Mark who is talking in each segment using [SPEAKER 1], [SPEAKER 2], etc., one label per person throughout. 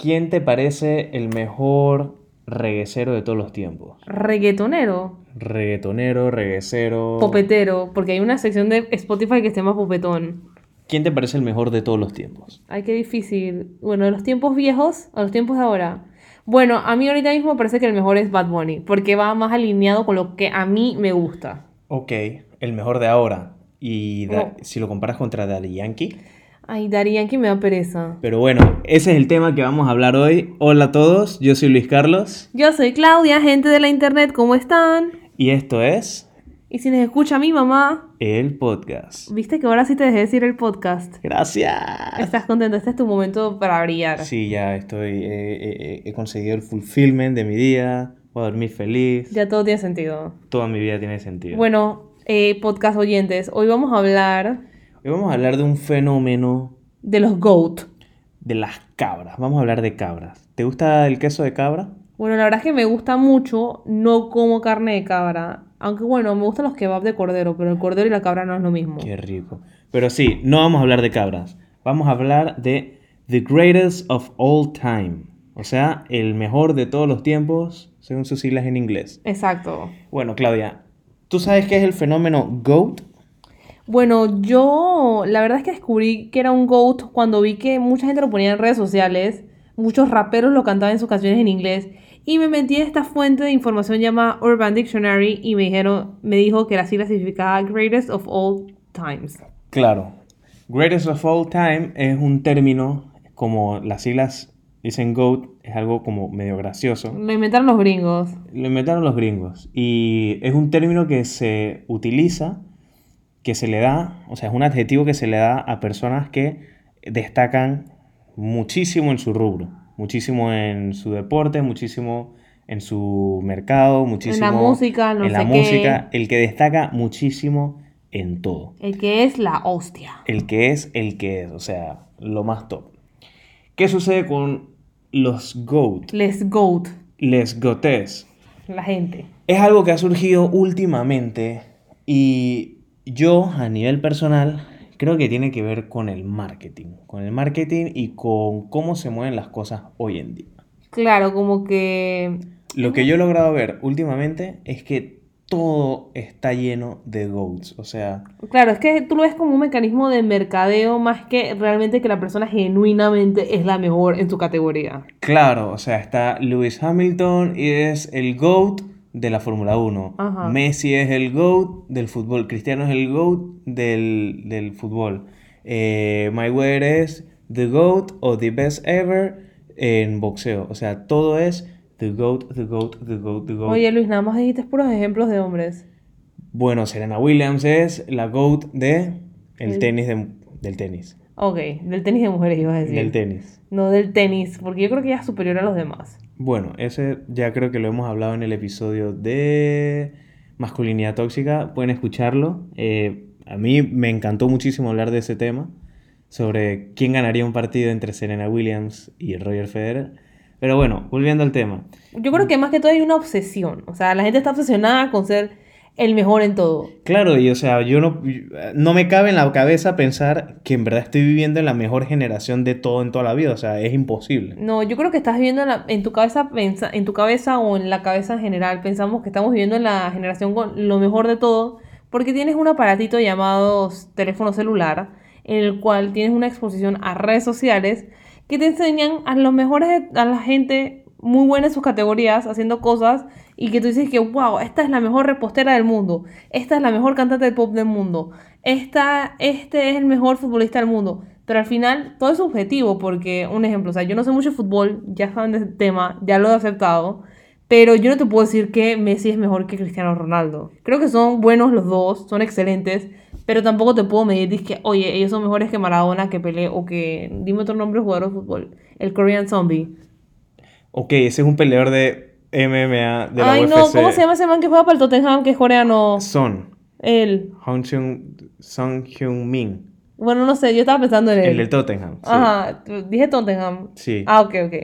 [SPEAKER 1] ¿Quién te parece el mejor reguecero de todos los tiempos?
[SPEAKER 2] Reggaetonero.
[SPEAKER 1] Reggaetonero, reguecero.
[SPEAKER 2] Popetero, porque hay una sección de Spotify que se llama Popetón.
[SPEAKER 1] ¿Quién te parece el mejor de todos los tiempos?
[SPEAKER 2] Ay, qué difícil. Bueno, de los tiempos viejos a los tiempos de ahora. Bueno, a mí ahorita mismo me parece que el mejor es Bad Bunny, porque va más alineado con lo que a mí me gusta.
[SPEAKER 1] Ok, el mejor de ahora. Y da-
[SPEAKER 2] No.
[SPEAKER 1] si lo comparas contra Daddy Yankee.
[SPEAKER 2] Ay, Daddy Yankee me da pereza.
[SPEAKER 1] Pero bueno, ese es el tema que vamos a hablar hoy. Hola a todos, yo soy Luis Carlos.
[SPEAKER 2] Yo soy Claudia, gente de la internet, ¿cómo están?
[SPEAKER 1] Y esto es
[SPEAKER 2] Y si les escucha mi mamá,
[SPEAKER 1] el podcast.
[SPEAKER 2] viste que ahora sí te dejé decir el podcast.
[SPEAKER 1] Gracias.
[SPEAKER 2] Estás contenta, este es tu momento para brillar.
[SPEAKER 1] Sí, ya estoy. eh, eh, eh, he conseguido el fulfillment de mi día. Voy a dormir feliz.
[SPEAKER 2] Ya todo tiene sentido.
[SPEAKER 1] Toda mi vida tiene sentido.
[SPEAKER 2] Bueno, eh, podcast oyentes, hoy vamos a hablar
[SPEAKER 1] Hoy vamos a hablar de un fenómeno
[SPEAKER 2] de los GOAT.
[SPEAKER 1] de las cabras. Vamos a hablar de cabras. ¿Te gusta el queso de cabra?
[SPEAKER 2] Bueno, la verdad es que me gusta mucho, no como carne de cabra. Aunque bueno, me gustan los kebabs de cordero, pero el cordero y la cabra no es lo mismo.
[SPEAKER 1] Qué rico. Pero sí, no vamos a hablar de cabras. Vamos a hablar de The Greatest of All Time. O sea, el mejor de todos los tiempos, según sus siglas en inglés.
[SPEAKER 2] Exacto.
[SPEAKER 1] Bueno, Claudia, ¿tú sabes qué es el fenómeno GOAT?
[SPEAKER 2] Bueno, yo la verdad es que descubrí que era un GOAT cuando vi que mucha gente lo ponía en redes sociales, muchos raperos lo cantaban en sus canciones en inglés, y me metí a esta fuente de información llamada Urban Dictionary y me dijeron, me dijo que la sigla significaba Greatest of All Times.
[SPEAKER 1] Claro. Greatest of All Time es un término, como las siglas dicen GOAT, es algo como medio gracioso.
[SPEAKER 2] Lo inventaron los gringos.
[SPEAKER 1] Lo inventaron los gringos. Y es un término que se utiliza, que se le da, o sea, es un adjetivo que se le da a personas que destacan muchísimo en su rubro, muchísimo en su deporte, muchísimo en su mercado, muchísimo
[SPEAKER 2] música, no
[SPEAKER 1] en la
[SPEAKER 2] sé qué.
[SPEAKER 1] música, el que destaca muchísimo en todo,
[SPEAKER 2] El que es la hostia.
[SPEAKER 1] el que es el que es, o sea, lo más top. ¿Qué sucede con los GOAT?
[SPEAKER 2] Les GOAT,
[SPEAKER 1] Les GOATES.
[SPEAKER 2] la gente.
[SPEAKER 1] Es algo que ha surgido últimamente y yo a nivel personal creo que tiene que ver con el marketing, con el marketing y con cómo se mueven las cosas hoy en día.
[SPEAKER 2] Claro, como que
[SPEAKER 1] Lo que yo he logrado ver últimamente es que todo está lleno de goats, o sea,
[SPEAKER 2] Claro, es que tú lo ves como un mecanismo de mercadeo más que realmente que la persona genuinamente es la mejor en su categoría.
[SPEAKER 1] claro, o sea, está Lewis Hamilton y es el goat de la Fórmula 1.
[SPEAKER 2] Ajá.
[SPEAKER 1] Messi es el GOAT del fútbol. Cristiano es el GOAT del, del fútbol. Eh, Mayweather es the GOAT o the best ever en boxeo. O sea, todo es the GOAT, the GOAT, the GOAT, the GOAT.
[SPEAKER 2] Oye, Luis, nada más dijiste puros ejemplos de hombres.
[SPEAKER 1] Bueno, Serena Williams es la GOAT de el
[SPEAKER 2] El-
[SPEAKER 1] tenis de- del tenis.
[SPEAKER 2] Ok, del tenis de mujeres ibas a decir.
[SPEAKER 1] Del tenis.
[SPEAKER 2] No del tenis, porque yo creo que ella es superior a los demás.
[SPEAKER 1] Bueno, ese ya creo que lo hemos hablado en el episodio de masculinidad tóxica. Pueden escucharlo. Eh, a mí me encantó muchísimo hablar de ese tema, sobre quién ganaría un partido entre Serena Williams y Roger Federer. Pero bueno, volviendo al tema.
[SPEAKER 2] Yo creo que más que todo hay una obsesión. O sea, la gente está obsesionada con ser el mejor en todo.
[SPEAKER 1] Claro, y o sea, yo no, no me cabe en la cabeza pensar que en verdad estoy viviendo en la mejor generación de todo en toda la vida. O sea, es imposible.
[SPEAKER 2] No, yo creo que estás viviendo en, la- en tu cabeza, pensa- en tu cabeza o en la cabeza en general, pensamos que estamos viviendo en la generación con lo mejor de todo, porque tienes un aparatito llamado s- teléfono celular, en el cual tienes una exposición a redes sociales que te enseñan a los mejores, de- a la gente muy buena en sus categorías, haciendo cosas, y que tú dices que, wow, esta es la mejor repostera del mundo, esta es la mejor cantante de pop del mundo, esta, este es el mejor futbolista del mundo. Pero al final todo es subjetivo, porque, un ejemplo, o sea, yo no sé mucho de fútbol, ya saben de ese tema, ya lo he aceptado, pero yo no te puedo decir que Messi es mejor que Cristiano Ronaldo. Creo que son buenos los dos, son excelentes, pero tampoco te puedo medir, que oye, ellos son mejores que Maradona, que Pelé, o que, dime otro nombre de jugador de fútbol, el Korean Zombie.
[SPEAKER 1] Ok, ese es un peleador de MMA de la
[SPEAKER 2] Ay,
[SPEAKER 1] UFC.
[SPEAKER 2] no, ¿cómo se llama ese man que juega para el Tottenham, que es coreano?
[SPEAKER 1] Son.
[SPEAKER 2] Él.
[SPEAKER 1] Hong Chung- Song Hyun Min,
[SPEAKER 2] Bueno, no sé, yo estaba pensando en él.
[SPEAKER 1] el del Tottenham. sí.
[SPEAKER 2] Ajá, dije Tottenham.
[SPEAKER 1] Sí.
[SPEAKER 2] Ah, ok, ok.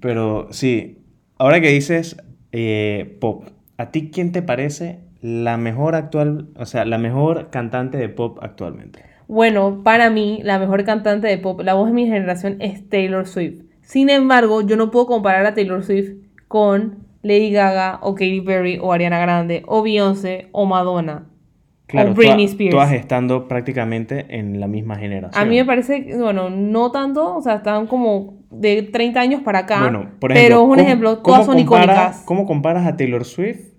[SPEAKER 1] Pero sí, ahora que dices eh, pop, ¿a ti quién te parece la mejor actual, o sea, la mejor cantante de pop actualmente?
[SPEAKER 2] Bueno, para mí, la mejor cantante de pop, la voz de mi generación es Taylor Swift. Sin embargo, yo no puedo comparar a Taylor Swift con Lady Gaga o Katy Perry o Ariana Grande o Beyoncé o Madonna.
[SPEAKER 1] Claro,
[SPEAKER 2] o Oh, Britney
[SPEAKER 1] toda-
[SPEAKER 2] Spears.
[SPEAKER 1] todas estando prácticamente en la misma generación.
[SPEAKER 2] A mí me parece, que, bueno, no tanto, o sea, están como de 30 años para acá.
[SPEAKER 1] Bueno, por
[SPEAKER 2] pero un
[SPEAKER 1] ¿cómo-
[SPEAKER 2] ejemplo,
[SPEAKER 1] cómo
[SPEAKER 2] todas son
[SPEAKER 1] compara-
[SPEAKER 2] icónicas.
[SPEAKER 1] ¿Cómo comparas a Taylor Swift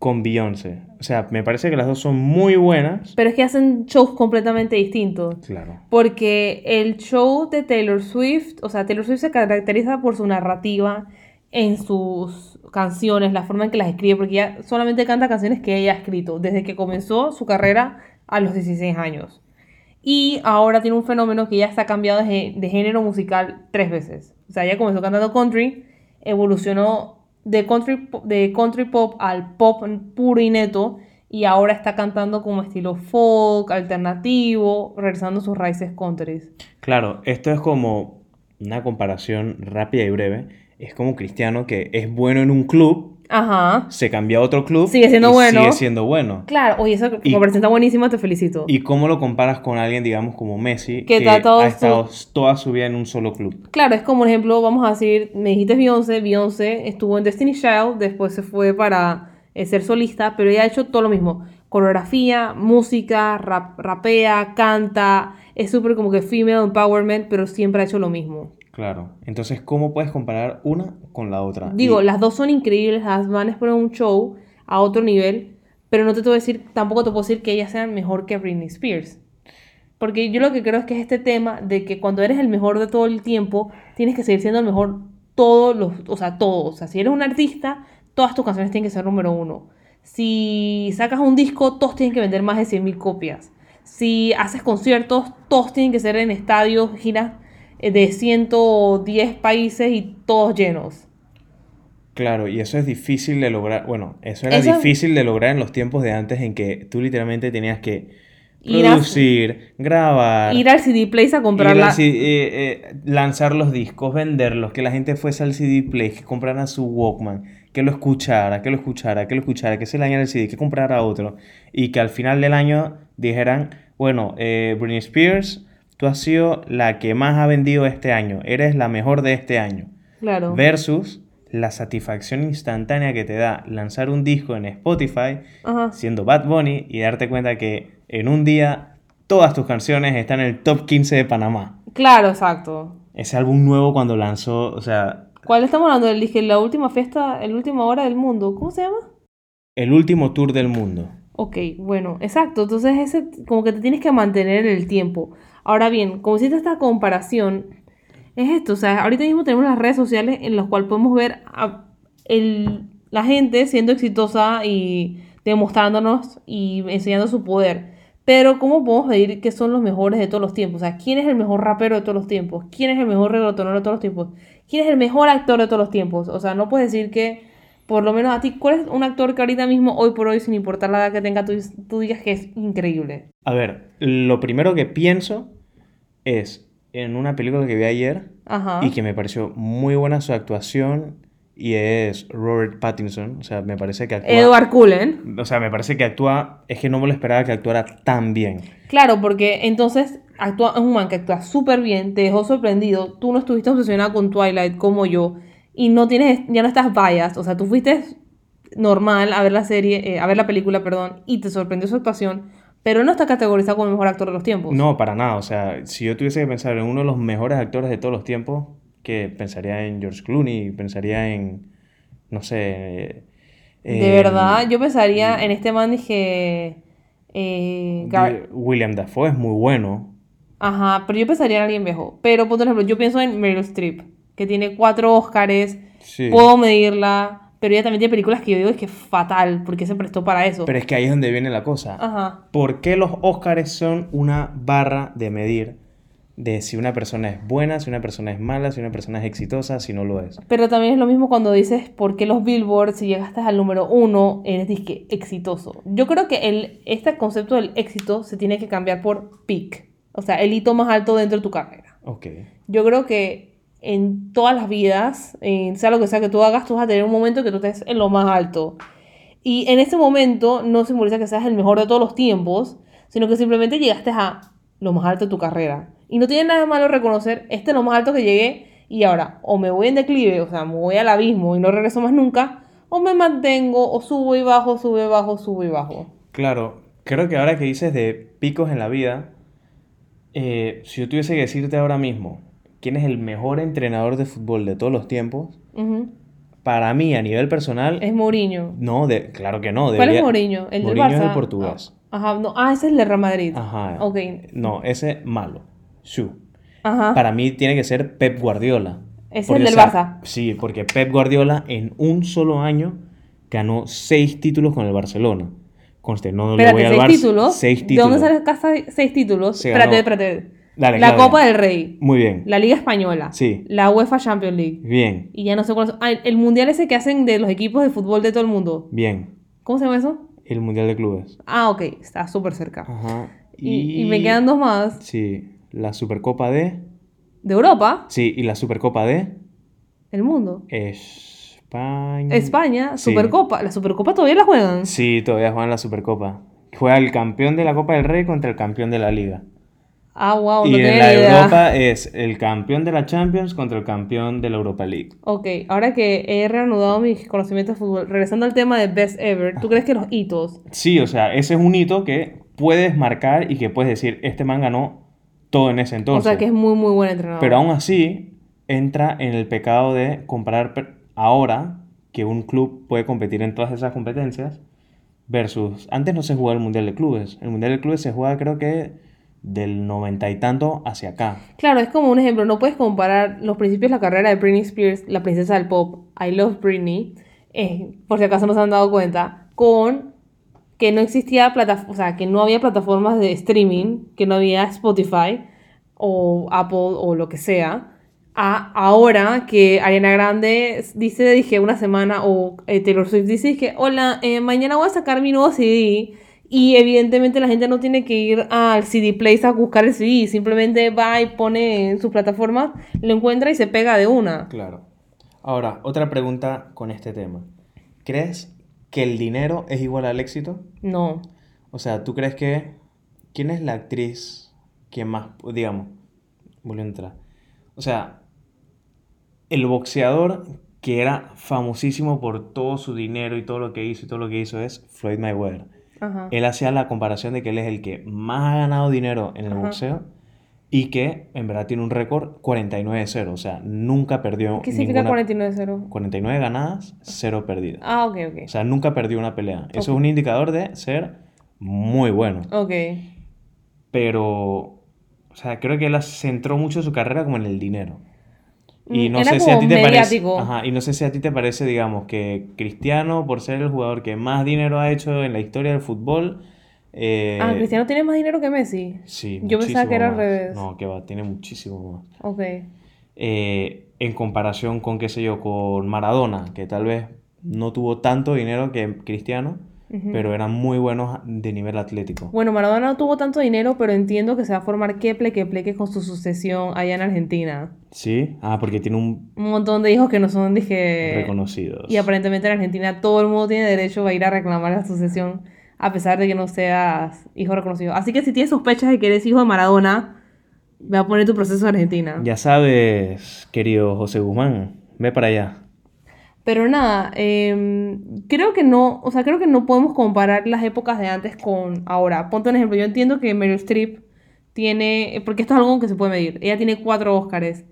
[SPEAKER 1] con Beyoncé? O sea, me parece que las dos son muy buenas.
[SPEAKER 2] Pero es que hacen shows completamente distintos.
[SPEAKER 1] Claro.
[SPEAKER 2] Porque el show de Taylor Swift, o sea, Taylor Swift se caracteriza por su narrativa en sus canciones, la forma en que las escribe, porque ella solamente canta canciones que ella ha escrito desde que comenzó su carrera a los 16 años. Y ahora tiene un fenómeno que ya está cambiado de, gé- de género musical tres veces. O sea, ella comenzó cantando country, evolucionó de country, po- de country pop al pop puro y neto, y ahora está cantando como estilo folk, alternativo, regresando a sus raíces country.
[SPEAKER 1] Claro, esto es como una comparación rápida y breve. Es como Cristiano que es bueno en un club,
[SPEAKER 2] Ajá.
[SPEAKER 1] se cambia a otro club
[SPEAKER 2] Sigue siendo
[SPEAKER 1] y
[SPEAKER 2] bueno.
[SPEAKER 1] sigue siendo bueno.
[SPEAKER 2] Claro, oye, esa
[SPEAKER 1] Y-
[SPEAKER 2] conversación está buenísima, te felicito.
[SPEAKER 1] ¿Y cómo lo comparas con alguien, digamos, como Messi,
[SPEAKER 2] Que
[SPEAKER 1] que,
[SPEAKER 2] está todo
[SPEAKER 1] ha
[SPEAKER 2] su-
[SPEAKER 1] estado toda su vida en un solo club?
[SPEAKER 2] Claro, es como un ejemplo, vamos a decir, me dijiste Beyoncé, Beyoncé estuvo en Destiny Child, después se fue para eh, ser solista, pero ella ha hecho todo lo mismo. Coreografía, música, rap- rapea, canta, es súper como que female empowerment, pero siempre ha hecho lo mismo.
[SPEAKER 1] Claro. Entonces, ¿cómo puedes comparar una con la otra?
[SPEAKER 2] Digo,
[SPEAKER 1] Y-
[SPEAKER 2] las dos son increíbles, las manes ponen un show a otro nivel, pero no te puedo decir, tampoco te puedo decir que ellas sean mejor que Britney Spears. Porque yo lo que creo es que es este tema de que cuando eres el mejor de todo el tiempo, tienes que seguir siendo el mejor todos los, o sea, todos. O sea, si eres un artista, todas tus canciones tienen que ser número uno. Si sacas un disco, todos tienen que vender más de 100.000 copias. Si haces conciertos, todos tienen que ser en estadios, giras eh, de 110 países y todos llenos.
[SPEAKER 1] Claro, y eso es difícil de lograr. Bueno, eso era
[SPEAKER 2] Eso es-
[SPEAKER 1] difícil de lograr en los tiempos de antes en que tú literalmente tenías que
[SPEAKER 2] Ir a-
[SPEAKER 1] producir, grabar,
[SPEAKER 2] Ir al CD Place a
[SPEAKER 1] ir al
[SPEAKER 2] comprarla.
[SPEAKER 1] C- eh, eh, lanzar los discos, venderlos, que la gente fuese al CD Play, que comprara su Walkman, que lo escuchara, que lo escuchara, que lo escuchara, que se le añadiera el CD, que comprara otro, y que al final del año dijeran, bueno, eh, Britney Spears, tú has sido la que más ha vendido este año, eres la mejor de este año.
[SPEAKER 2] Claro.
[SPEAKER 1] Versus la satisfacción instantánea que te da lanzar un disco en Spotify
[SPEAKER 2] Ajá.
[SPEAKER 1] siendo Bad Bunny y darte cuenta que en un día todas tus canciones están en el top 15 de Panamá.
[SPEAKER 2] Claro, exacto.
[SPEAKER 1] Ese álbum nuevo cuando lanzó, o sea,
[SPEAKER 2] ¿Cuál estamos hablando? El, dije, la última fiesta, el última hora del mundo. ¿Cómo se llama?
[SPEAKER 1] el último tour del mundo.
[SPEAKER 2] Ok, bueno, exacto. Entonces, ese, como que te tienes que mantener en el tiempo. Ahora bien, como hiciste esta comparación, es esto. O sea, ahorita mismo tenemos las redes sociales en las cuales podemos ver a el- la gente siendo exitosa y demostrándonos y enseñando su poder. Pero, ¿cómo podemos medir que son los mejores de todos los tiempos? O sea, ¿quién es el mejor rapero de todos los tiempos? ¿Quién es el mejor reggaetonero de todos los tiempos? ¿Quién es el mejor actor de todos los tiempos? O sea, no puedes decir que, por lo menos a ti, ¿cuál es un actor que ahorita mismo, hoy por hoy, sin importar la edad que tenga, tú, tú digas que es increíble?
[SPEAKER 1] A ver, lo primero que pienso es en una película que vi ayer
[SPEAKER 2] Ajá.
[SPEAKER 1] y que me pareció muy buena su actuación y es Robert Pattinson, o sea, me parece que actúa
[SPEAKER 2] Edward Cullen.
[SPEAKER 1] O sea, me parece que actúa, es que no me lo esperaba que actuara tan bien.
[SPEAKER 2] Claro, porque entonces actúa, es un man que actúa súper bien, te dejó sorprendido, tú no estuviste obsesionado con Twilight como yo, y no tienes, ya no estás biased, o sea, tú fuiste normal a ver la serie, eh, a ver la película, perdón, y te sorprendió su actuación, pero no está categorizado como el mejor actor de los tiempos.
[SPEAKER 1] No, para nada. O sea, si yo tuviese que pensar en uno de los mejores actores de todos los tiempos, que pensaría en George Clooney, pensaría en, no sé... eh,
[SPEAKER 2] De verdad, yo pensaría en este man, dije... eh, Gar-
[SPEAKER 1] William Dafoe es muy bueno.
[SPEAKER 2] Ajá, pero yo pensaría en alguien viejo. Pero, por ejemplo, yo pienso en Meryl Streep, que tiene cuatro Óscares,
[SPEAKER 1] Sí.
[SPEAKER 2] puedo medirla, pero ella también tiene películas que yo digo es que es fatal, porque se prestó para eso.
[SPEAKER 1] Pero es que ahí es donde viene la cosa.
[SPEAKER 2] Ajá,
[SPEAKER 1] ¿Por qué los Óscares son una barra de medir de si una persona es buena, si una persona es mala, si una persona es exitosa, si no lo es?
[SPEAKER 2] pero también es lo mismo cuando dices por qué los billboards, si llegaste al número uno, eres disque exitoso. Yo creo que el, este concepto del éxito se tiene que cambiar por peak, o sea, el hito más alto dentro de tu carrera.
[SPEAKER 1] Ok.
[SPEAKER 2] Yo creo que en todas las vidas, en sea lo que sea que tú hagas, tú vas a tener un momento que tú estés en lo más alto. Y en ese momento no simboliza que seas el mejor de todos los tiempos, sino que simplemente llegaste a lo más alto de tu carrera. Y no tiene nada de malo reconocer, este es lo más alto que llegué Y ahora, o me voy en declive, o sea, me voy al abismo y no regreso más nunca, o me mantengo, o subo y bajo, subo y bajo, subo y bajo.
[SPEAKER 1] Claro, creo que ahora que dices de picos en la vida, eh, si yo tuviese que decirte ahora mismo quién es el mejor entrenador de fútbol de todos los tiempos,
[SPEAKER 2] Ujú.
[SPEAKER 1] para mí a nivel personal,
[SPEAKER 2] Es Mourinho.
[SPEAKER 1] no, de, claro que no.
[SPEAKER 2] Eh. ¿Cuál es
[SPEAKER 1] debería-
[SPEAKER 2] Mourinho? El del
[SPEAKER 1] Mourinho es
[SPEAKER 2] Barça.
[SPEAKER 1] el portugués.
[SPEAKER 2] Ah, Ajá, no, ah, ese es el de Real Madrid.
[SPEAKER 1] Ajá.
[SPEAKER 2] Ok.
[SPEAKER 1] No, ese malo. Shu.
[SPEAKER 2] Ajá.
[SPEAKER 1] Para mí tiene que ser Pep Guardiola.
[SPEAKER 2] Ah. Es
[SPEAKER 1] Porque,
[SPEAKER 2] el del
[SPEAKER 1] o sea,
[SPEAKER 2] Barça.
[SPEAKER 1] Sí, porque Pep Guardiola en un solo año ganó seis títulos con el Barcelona. Conste, no le
[SPEAKER 2] Espérate,
[SPEAKER 1] voy al
[SPEAKER 2] seis
[SPEAKER 1] Barça.
[SPEAKER 2] títulos.
[SPEAKER 1] Seis
[SPEAKER 2] ¿De
[SPEAKER 1] títulos.
[SPEAKER 2] dónde sale casa seis títulos?
[SPEAKER 1] Se
[SPEAKER 2] espérate,
[SPEAKER 1] ganó.
[SPEAKER 2] espérate.
[SPEAKER 1] Dale,
[SPEAKER 2] la
[SPEAKER 1] Claudia.
[SPEAKER 2] Copa del Rey,
[SPEAKER 1] Muy bien.
[SPEAKER 2] la Liga Española,
[SPEAKER 1] Sí.
[SPEAKER 2] la UEFA Champions League.
[SPEAKER 1] Bien,
[SPEAKER 2] Y ya no sé cuáles son. Ah, el- el mundial ese que hacen de los equipos de fútbol de todo el mundo.
[SPEAKER 1] bien.
[SPEAKER 2] ¿Cómo se llama eso?
[SPEAKER 1] El Mundial de Clubes.
[SPEAKER 2] Ah, ok, está súper
[SPEAKER 1] Ah,
[SPEAKER 2] cerca.
[SPEAKER 1] Ajá.
[SPEAKER 2] Y, y me quedan dos más.
[SPEAKER 1] Sí, la Supercopa de...
[SPEAKER 2] De Europa,
[SPEAKER 1] Sí, y la Supercopa de...
[SPEAKER 2] el mundo.
[SPEAKER 1] España.
[SPEAKER 2] España,
[SPEAKER 1] Mm, Sí.
[SPEAKER 2] Supercopa. La Supercopa todavía la juegan.
[SPEAKER 1] Sí, todavía juegan la Supercopa. Juega el campeón de la Copa del Rey contra el campeón de la Liga.
[SPEAKER 2] Ah, wow, no
[SPEAKER 1] y en
[SPEAKER 2] tenía
[SPEAKER 1] la
[SPEAKER 2] ni idea.
[SPEAKER 1] Europa es el campeón de la Champions contra el campeón de la Europa League.
[SPEAKER 2] Ok, ahora que he reanudado mis conocimientos de fútbol, regresando al tema de Best Ever, ¿tú crees que los hitos?
[SPEAKER 1] Sí, o sea, ese es un hito que puedes marcar y que puedes decir, este man ganó todo en ese
[SPEAKER 2] O
[SPEAKER 1] entonces.
[SPEAKER 2] sea, que es muy, muy buen entrenador.
[SPEAKER 1] Pero aún así, entra en el pecado de comparar per- ahora que un club puede competir en todas esas competencias versus... Antes no se jugaba el Mundial de Clubes. El Mundial de Clubes se juega creo que del noventa y tanto hacia acá.
[SPEAKER 2] Claro, es como un ejemplo, no puedes comparar los principios de la carrera de Britney Spears, la princesa del pop, I Love Britney, eh, por si acaso no se han dado cuenta, con que no existía plata, o sea, que no había plataformas de streaming, que no había Spotify o Apple o lo que sea. A ahora que Ariana Grande dice, dije una semana, o eh, Taylor Swift dice, que hola, eh, mañana voy a sacar mi nuevo CD. Y evidentemente la gente no tiene que ir al CD Place a buscar el CD, simplemente va y pone en sus plataformas, lo encuentra y se pega de una.
[SPEAKER 1] Claro. Ahora, otra pregunta con este tema. ¿Crees que el dinero es igual al éxito?
[SPEAKER 2] No.
[SPEAKER 1] O sea, ¿tú crees que... ¿Quién es la actriz que más, digamos, volvió a entrar? O sea, el boxeador que era famosísimo por todo su dinero y todo lo que hizo y todo lo que hizo es Floyd Mayweather.
[SPEAKER 2] Ajá.
[SPEAKER 1] Él hacía la comparación de que él es el que más ha ganado dinero en el
[SPEAKER 2] Ajá.
[SPEAKER 1] boxeo y que en verdad tiene un récord 49-0. O sea, nunca perdió
[SPEAKER 2] ¿Qué significa
[SPEAKER 1] ninguna-
[SPEAKER 2] 49-0?
[SPEAKER 1] 49 ganadas, 0 perdidas.
[SPEAKER 2] Ah, ok,
[SPEAKER 1] O
[SPEAKER 2] ok.
[SPEAKER 1] sea, nunca perdió una pelea. Eso es
[SPEAKER 2] Ok.
[SPEAKER 1] un indicador de ser muy bueno.
[SPEAKER 2] Ok.
[SPEAKER 1] Pero, o sea, creo que él centró mucho su carrera como en el dinero. Y
[SPEAKER 2] Mm,
[SPEAKER 1] no
[SPEAKER 2] era
[SPEAKER 1] sé si a
[SPEAKER 2] como
[SPEAKER 1] ti te parece.
[SPEAKER 2] mediático.
[SPEAKER 1] Ajá, y no sé si a ti te parece, digamos, que Cristiano, por ser el jugador que más dinero ha hecho en la historia del fútbol. eh,
[SPEAKER 2] Ah, Cristiano tiene más dinero que Messi.
[SPEAKER 1] Sí,
[SPEAKER 2] Yo pensaba
[SPEAKER 1] muchísimo
[SPEAKER 2] que era al
[SPEAKER 1] más.
[SPEAKER 2] revés.
[SPEAKER 1] No, que va, tiene muchísimo más
[SPEAKER 2] Ok.
[SPEAKER 1] eh, en comparación con, qué sé yo, con Maradona, que tal vez no tuvo tanto dinero que Cristiano,
[SPEAKER 2] Ujú.
[SPEAKER 1] pero eran muy buenos de nivel atlético.
[SPEAKER 2] Bueno, Maradona no tuvo tanto dinero, pero entiendo que se va a formar queple que pleque con su sucesión allá en Argentina.
[SPEAKER 1] Sí, ah, porque tiene un
[SPEAKER 2] Un montón de hijos que no son, dije...
[SPEAKER 1] reconocidos.
[SPEAKER 2] Eh, Y aparentemente en Argentina todo el mundo tiene derecho a ir a reclamar la sucesión, a pesar de que no seas hijo reconocido. Así que si tienes sospechas de que eres hijo de Maradona, ve a poner tu proceso en Argentina.
[SPEAKER 1] Ya sabes, querido José Guzmán, ve para allá.
[SPEAKER 2] Pero nada, eh, creo que no, o sea, creo que no podemos comparar las épocas de antes con ahora. Ponte un ejemplo, yo entiendo que Meryl Streep tiene, porque esto es algo que se puede medir, ella tiene cuatro Óscares.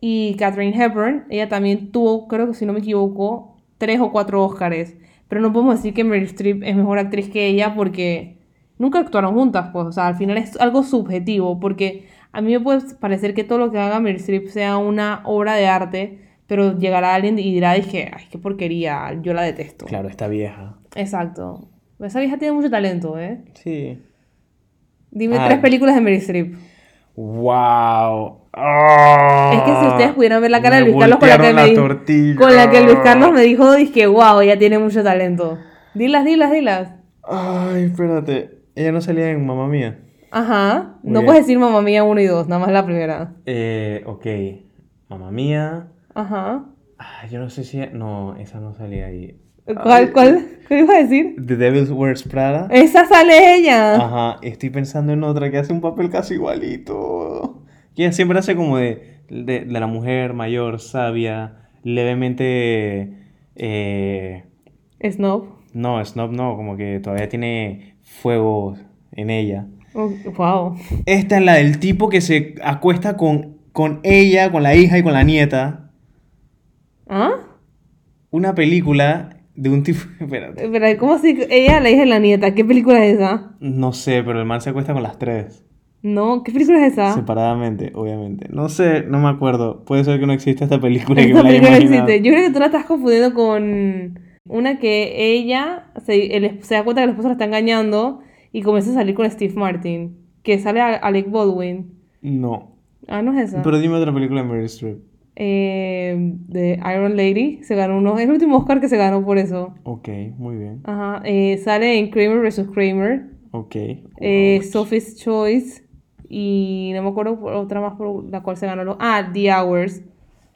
[SPEAKER 2] Y Katherine Hepburn, ella también tuvo, creo que si no me equivoco, tres o cuatro Óscares. Pero no podemos decir que Meryl Streep es mejor actriz que ella porque nunca actuaron juntas, pues, o sea, al final es algo subjetivo, porque a mí me puede parecer que todo lo que haga Meryl Streep sea una obra de arte, pero llegará alguien y dirá, dije, ay, qué porquería, yo la detesto.
[SPEAKER 1] Claro, está vieja.
[SPEAKER 2] Exacto. Esa vieja tiene mucho talento, ¿eh?
[SPEAKER 1] Sí.
[SPEAKER 2] Dime
[SPEAKER 1] Ah.
[SPEAKER 2] tres películas de Meryl Streep.
[SPEAKER 1] ¡Wow!
[SPEAKER 2] Es que si ustedes pudieran ver la cara de
[SPEAKER 1] Ah. Me
[SPEAKER 2] Luis Carlos con la que
[SPEAKER 1] voltearon la
[SPEAKER 2] me-
[SPEAKER 1] tortilla.
[SPEAKER 2] con la que Luis Carlos me dijo, dije, wow, ella tiene mucho talento. Dilas, dilas, dilas.
[SPEAKER 1] Ay, espérate. Ella no salía en Mamá Mía.
[SPEAKER 2] Ajá.
[SPEAKER 1] Muy
[SPEAKER 2] no
[SPEAKER 1] bien.
[SPEAKER 2] puedes decir mamá mía uno y dos, nada más la primera.
[SPEAKER 1] Eh, ok. Mamá Mía.
[SPEAKER 2] Ajá.
[SPEAKER 1] Ah, yo no sé si... No, esa no salía ahí.
[SPEAKER 2] ¿Cuál, cuál, ¿Qué iba a decir?
[SPEAKER 1] The Devil's Wears Prada.
[SPEAKER 2] Esa sale ella.
[SPEAKER 1] Ah. Ajá, estoy pensando en otra que hace un papel casi igualito. Que ella siempre hace como de de, de la mujer mayor, sabia, levemente... eh,
[SPEAKER 2] Snob.
[SPEAKER 1] no, snob no, como que todavía tiene fuego en ella.
[SPEAKER 2] Oh, wow.
[SPEAKER 1] Esta es la del tipo que se acuesta con, con ella, con la hija y con la nieta.
[SPEAKER 2] ¿Ah?
[SPEAKER 1] Una película de un tipo... Espérate.
[SPEAKER 2] Eh, Pero ¿cómo así? Ella, la hija de la nieta. ¿Qué película es esa?
[SPEAKER 1] No sé, pero el man se acuesta con las tres.
[SPEAKER 2] No, ¿qué película es esa?
[SPEAKER 1] Separadamente, obviamente. No sé, no me acuerdo. Puede ser que no exista esta película que
[SPEAKER 2] Esa
[SPEAKER 1] me la haya
[SPEAKER 2] película no
[SPEAKER 1] imaginado.
[SPEAKER 2] existe. Yo creo que tú la estás confundiendo con una que ella se, el esp- se da cuenta que el esposo la está engañando y comienza a salir con Steve Martin, que sale a- Alec Baldwin.
[SPEAKER 1] No.
[SPEAKER 2] Ah, no es esa.
[SPEAKER 1] Pero dime otra película de Meryl Streep.
[SPEAKER 2] Eh, de Iron Lady se ganó uno. Es el último Oscar que se ganó por eso.
[SPEAKER 1] Ok, muy bien.
[SPEAKER 2] Ajá. eh, sale en Kramer vs. Kramer,
[SPEAKER 1] Ok.
[SPEAKER 2] eh, Sophie's Choice y no me acuerdo por otra más por la cual se ganó. lo- Ah, The Hours.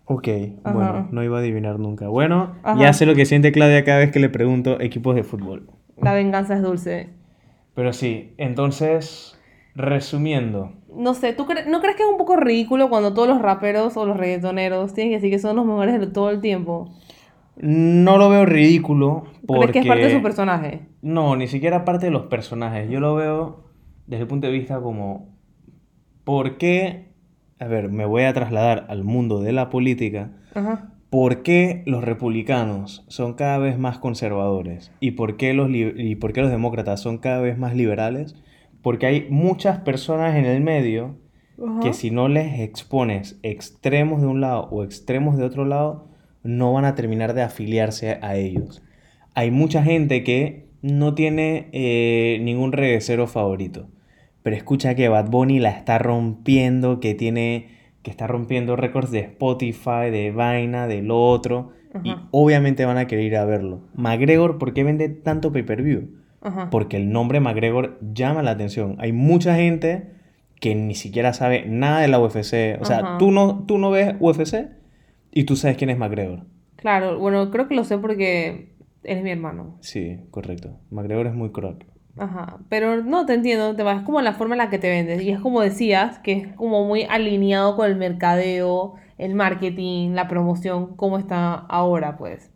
[SPEAKER 1] Ok,
[SPEAKER 2] Ajá.
[SPEAKER 1] bueno, no iba a adivinar nunca. Bueno,
[SPEAKER 2] Ajá.
[SPEAKER 1] ya sé lo que siente Claudia cada vez que le pregunto equipos de fútbol.
[SPEAKER 2] La venganza es dulce.
[SPEAKER 1] Pero sí, entonces, resumiendo.
[SPEAKER 2] No sé, ¿tú cre- no crees que es un poco ridículo cuando todos los raperos o los reggaetoneros tienen que decir que son los mejores de todo el tiempo?
[SPEAKER 1] No lo veo ridículo porque...
[SPEAKER 2] ¿Crees que es parte de su personaje?
[SPEAKER 1] No, ni siquiera parte de los personajes. Yo lo veo desde el punto de vista como, ¿por qué? A ver, me voy a trasladar al mundo de la política.
[SPEAKER 2] Ajá.
[SPEAKER 1] ¿Por qué los republicanos son cada vez más conservadores? ¿Y por qué los, li- y por qué los demócratas son cada vez más liberales? Porque hay muchas personas en el medio
[SPEAKER 2] Ajá.
[SPEAKER 1] que si no les expones extremos de un lado o extremos de otro lado, no van a terminar de afiliarse a ellos. Hay mucha gente que no tiene eh, ningún reguecero favorito, pero escucha que Bad Bunny la está rompiendo, que tiene que está rompiendo récords de Spotify, de vaina, de lo otro, y
[SPEAKER 2] Ajá.
[SPEAKER 1] obviamente van a querer ir a verlo. McGregor, ¿por qué vende tanto pay-per-view?
[SPEAKER 2] Ajá.
[SPEAKER 1] porque el nombre McGregor llama la atención. Hay mucha gente que ni siquiera sabe nada de la UFC. O sea,
[SPEAKER 2] Ajá.
[SPEAKER 1] tú no, tú no ves UFC y tú sabes quién es McGregor.
[SPEAKER 2] Claro, bueno, creo que lo sé porque eres mi hermano.
[SPEAKER 1] Sí, correcto. McGregor es muy crack.
[SPEAKER 2] Ajá. Pero no, te entiendo, te vas- es como la forma en la que te vendes. Y es como decías, que es como muy alineado con el mercadeo, el marketing, la promoción, como está ahora, pues.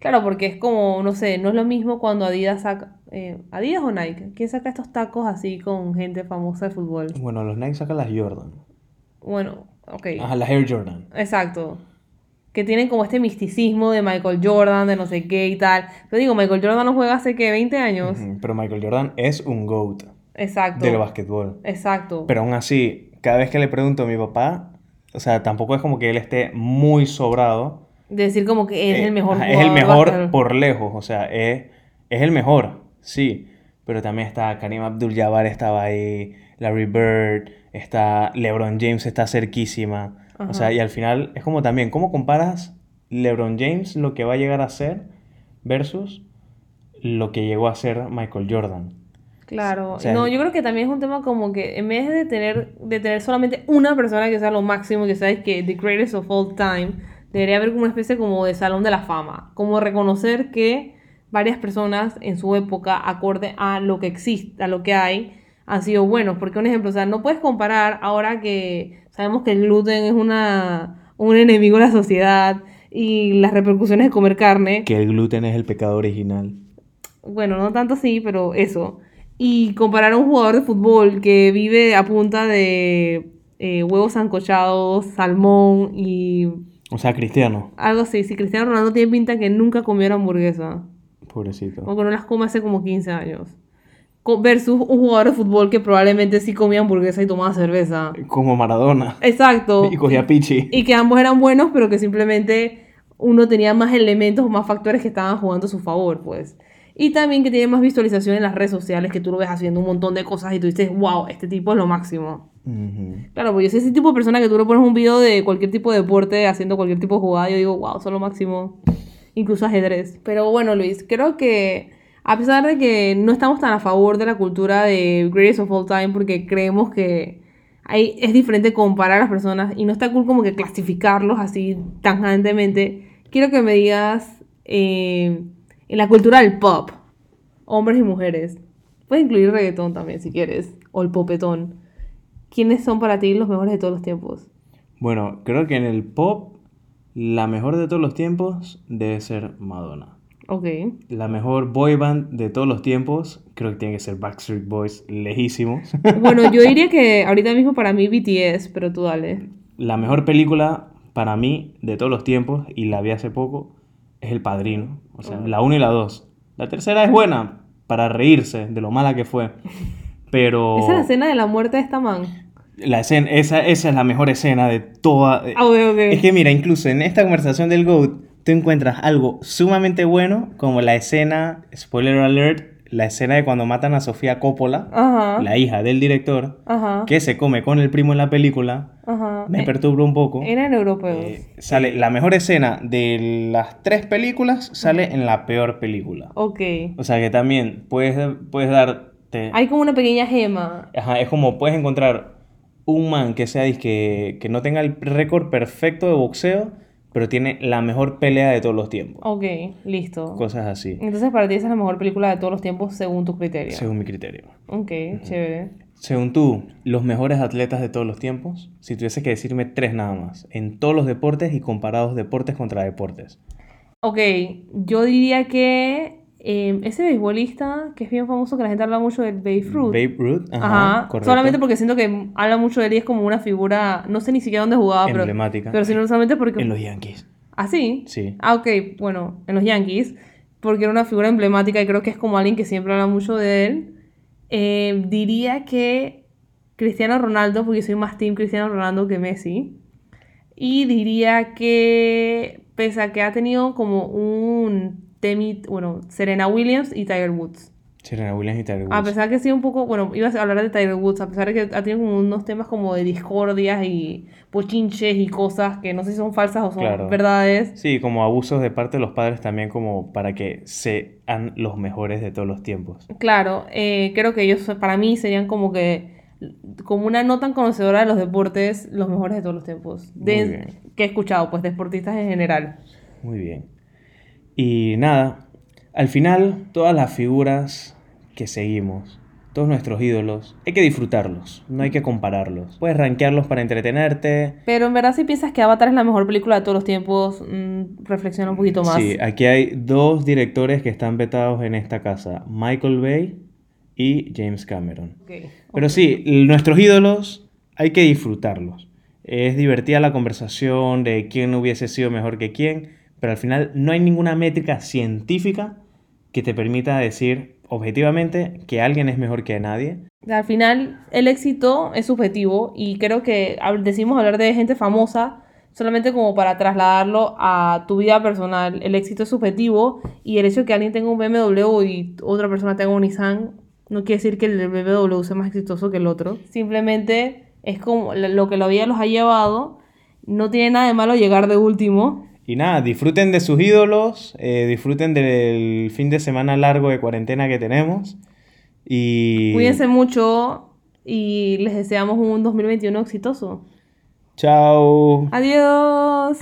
[SPEAKER 2] Claro, porque es como, no sé, no es lo mismo cuando Adidas saca. eh, ¿Adidas o Nike? ¿Quién saca estos tacos así con gente famosa de fútbol?
[SPEAKER 1] Bueno, los Nike sacan las Jordan.
[SPEAKER 2] Bueno, ok.
[SPEAKER 1] Ajá, las Air Jordan.
[SPEAKER 2] Exacto. Que tienen como este misticismo de Michael Jordan, de no sé qué y tal. Pero digo, Michael Jordan no juega hace que 20 años.
[SPEAKER 1] Ujú, Pero Michael Jordan es un GOAT
[SPEAKER 2] Exacto.
[SPEAKER 1] del básquetbol.
[SPEAKER 2] Exacto.
[SPEAKER 1] Pero aún así, cada vez que le pregunto a mi papá, o sea, tampoco es como que él esté muy sobrado.
[SPEAKER 2] De decir como que es
[SPEAKER 1] Eh,
[SPEAKER 2] el mejor
[SPEAKER 1] ajá,
[SPEAKER 2] jugador
[SPEAKER 1] Es el
[SPEAKER 2] de
[SPEAKER 1] mejor
[SPEAKER 2] básquetbol.
[SPEAKER 1] por lejos, o sea, es, es el mejor, sí. Pero también está Karim Abdul-Jabbar, estaba ahí, Larry Bird, está LeBron James, está cerquísima. O sea,
[SPEAKER 2] Ajá.
[SPEAKER 1] y al final es como también, ¿cómo comparas LeBron James, lo que va a llegar a ser, versus lo que llegó a ser Michael Jordan?
[SPEAKER 2] Claro.
[SPEAKER 1] O sea,
[SPEAKER 2] no,
[SPEAKER 1] es-
[SPEAKER 2] yo creo que también es un tema como que en vez de tener, de tener solamente una persona que sea lo máximo, que sea que the greatest of all time, debería haber como una especie como de salón de la fama. Como reconocer que varias personas en su época, acorde a lo que existe, a lo que hay, han sido buenos. Porque un ejemplo, o sea, no puedes comparar ahora que sabemos que el gluten es una, un enemigo de la sociedad y las repercusiones de comer carne.
[SPEAKER 1] Que el gluten es el pecado original.
[SPEAKER 2] Bueno, no tanto así, pero eso. Y comparar a un jugador de fútbol que vive a punta de eh, huevos sancochados, salmón y
[SPEAKER 1] O sea, Cristiano,
[SPEAKER 2] algo así. Si Cristiano Ronaldo tiene pinta que nunca comió una hamburguesa,
[SPEAKER 1] pobrecito.
[SPEAKER 2] o que no las come hace como 15 años, Co- versus un jugador de fútbol que probablemente sí comía hamburguesa y tomaba cerveza.
[SPEAKER 1] Como Maradona.
[SPEAKER 2] Exacto.
[SPEAKER 1] Y cogía Pichi.
[SPEAKER 2] Y que ambos eran buenos, pero que simplemente uno tenía más elementos, más factores que estaban jugando a su favor, pues. Y también que tiene más visualización en las redes sociales, que tú lo ves haciendo un montón de cosas y tú dices, wow, este tipo es lo máximo.
[SPEAKER 1] Ujú.
[SPEAKER 2] Claro, pues yo soy ese tipo de persona que tú le pones un video de cualquier tipo de deporte, haciendo cualquier tipo de jugada, y yo digo, wow, son lo máximo. Incluso ajedrez. Pero bueno, Luis, creo que a pesar de que no estamos tan a favor de la cultura de Greatest of All Time, porque creemos que ahí es diferente comparar a las personas y no está cool como que clasificarlos así tangentemente, quiero que me digas eh, en la cultura del pop, hombres y mujeres. Puedes incluir reggaetón también si quieres, o el popetón. ¿Quiénes son para ti los mejores de todos los tiempos?
[SPEAKER 1] Bueno, creo que en el pop, la mejor de todos los tiempos debe ser Madonna.
[SPEAKER 2] Ok.
[SPEAKER 1] La mejor boy band de todos los tiempos, creo que tiene que ser Backstreet Boys, lejísimos.
[SPEAKER 2] Bueno, yo diría que ahorita mismo para mí BTS, pero tú dale.
[SPEAKER 1] La mejor película para mí de todos los tiempos, y la vi hace poco, es El Padrino. O sea,
[SPEAKER 2] Oh.
[SPEAKER 1] la 1 y la 2. La tercera es buena, para reírse de lo mala que fue. Pero...
[SPEAKER 2] Esa es la escena de la muerte de esta man.
[SPEAKER 1] La escena, esa, esa es la mejor escena de toda...
[SPEAKER 2] Ah, ok, ok.
[SPEAKER 1] Eh, Es que mira, incluso en esta conversación del GOAT, tú encuentras algo sumamente bueno, como la escena, spoiler alert, la escena de cuando matan a Sofía Coppola,
[SPEAKER 2] Ajá.
[SPEAKER 1] la hija del director,
[SPEAKER 2] Ajá.
[SPEAKER 1] que se come con el primo en la película,
[SPEAKER 2] Ajá. Eh,
[SPEAKER 1] me perturba un poco.
[SPEAKER 2] Eran europeos.
[SPEAKER 1] Eh, sale la mejor escena de las tres películas, sale en la peor película.
[SPEAKER 2] ok.
[SPEAKER 1] O sea que también puedes, puedes darte...
[SPEAKER 2] Hay como una pequeña gema.
[SPEAKER 1] Ajá, es como puedes encontrar un man que sea disque, que no tenga el récord perfecto de boxeo, pero tiene la mejor pelea de todos los tiempos.
[SPEAKER 2] Ok, listo.
[SPEAKER 1] Cosas así,
[SPEAKER 2] Entonces para ti esa es la mejor película de todos los tiempos según tu criterio.
[SPEAKER 1] según mi criterio.
[SPEAKER 2] Ok, chévere.
[SPEAKER 1] Según tú, los mejores atletas de todos los tiempos, si tuviese que decirme tres nada más, en todos los deportes y comparados deportes contra deportes.
[SPEAKER 2] Ok, yo diría que eh, ese beisbolista que es bien famoso, que la gente habla mucho del Babe Ruth.
[SPEAKER 1] Babe Ruth,
[SPEAKER 2] Ajá,
[SPEAKER 1] ajá, correcto.
[SPEAKER 2] solamente porque siento que habla mucho de él y es como una figura, no sé ni siquiera dónde jugaba, pero,
[SPEAKER 1] Emblemática.
[SPEAKER 2] pero sino solamente porque...
[SPEAKER 1] En los Yankees,
[SPEAKER 2] ¿Así?
[SPEAKER 1] sí.
[SPEAKER 2] Ah, ok, bueno, en los Yankees, porque era una figura emblemática y creo que es como alguien que siempre habla mucho de él. Eh, diría que Cristiano Ronaldo, porque soy más team Cristiano Ronaldo que Messi. Y diría que, pese a que ha tenido como un temi, bueno, Serena Williams y Tiger Woods.
[SPEAKER 1] Serena Williams y Tiger
[SPEAKER 2] A
[SPEAKER 1] Woods.
[SPEAKER 2] pesar que sí un poco, bueno, ibas a hablar de Tiger Woods, a pesar de que ha tenido como unos temas como de discordias y pochinches y cosas que no sé si son falsas o son
[SPEAKER 1] Claro.
[SPEAKER 2] verdades.
[SPEAKER 1] Sí, como abusos de parte de los padres también como para que sean los mejores de todos los tiempos.
[SPEAKER 2] Claro, eh, creo que ellos para mí serían como que, como una no tan conocedora de los deportes, los mejores de todos los tiempos.
[SPEAKER 1] Muy
[SPEAKER 2] De-
[SPEAKER 1] bien.
[SPEAKER 2] que he escuchado, pues, deportistas en general.
[SPEAKER 1] Muy bien. Y nada, al final todas las figuras que seguimos, todos nuestros ídolos, hay que disfrutarlos, no hay que compararlos. Puedes rankearlos para entretenerte.
[SPEAKER 2] Pero en verdad, si piensas que Avatar es la mejor película de todos los tiempos, mm, reflexiona un poquito más.
[SPEAKER 1] Sí, Ah, aquí hay dos directores que están vetados en esta casa, Michael Bay y James Cameron.
[SPEAKER 2] Ok.
[SPEAKER 1] Pero sí, nuestros ídolos hay que disfrutarlos. Es divertida la conversación de quién hubiese sido mejor que quién, pero al final no hay ninguna métrica científica que te permita decir objetivamente que alguien es mejor que nadie.
[SPEAKER 2] Al final, el éxito es subjetivo y creo que hab- decimos hablar de gente famosa solamente como para trasladarlo a tu vida personal. El éxito es subjetivo y el hecho de que alguien tenga un BMW y otra persona tenga un Nissan no quiere decir que el BMW sea más exitoso que el otro. Simplemente es como lo- lo que la vida los ha llevado. No tiene nada de malo llegar de último.
[SPEAKER 1] Y nada, disfruten de sus ídolos, eh, disfruten del fin de semana largo de cuarentena que tenemos. Y
[SPEAKER 2] Cuídense mucho y les deseamos un 2021 exitoso.
[SPEAKER 1] chao.
[SPEAKER 2] Adiós.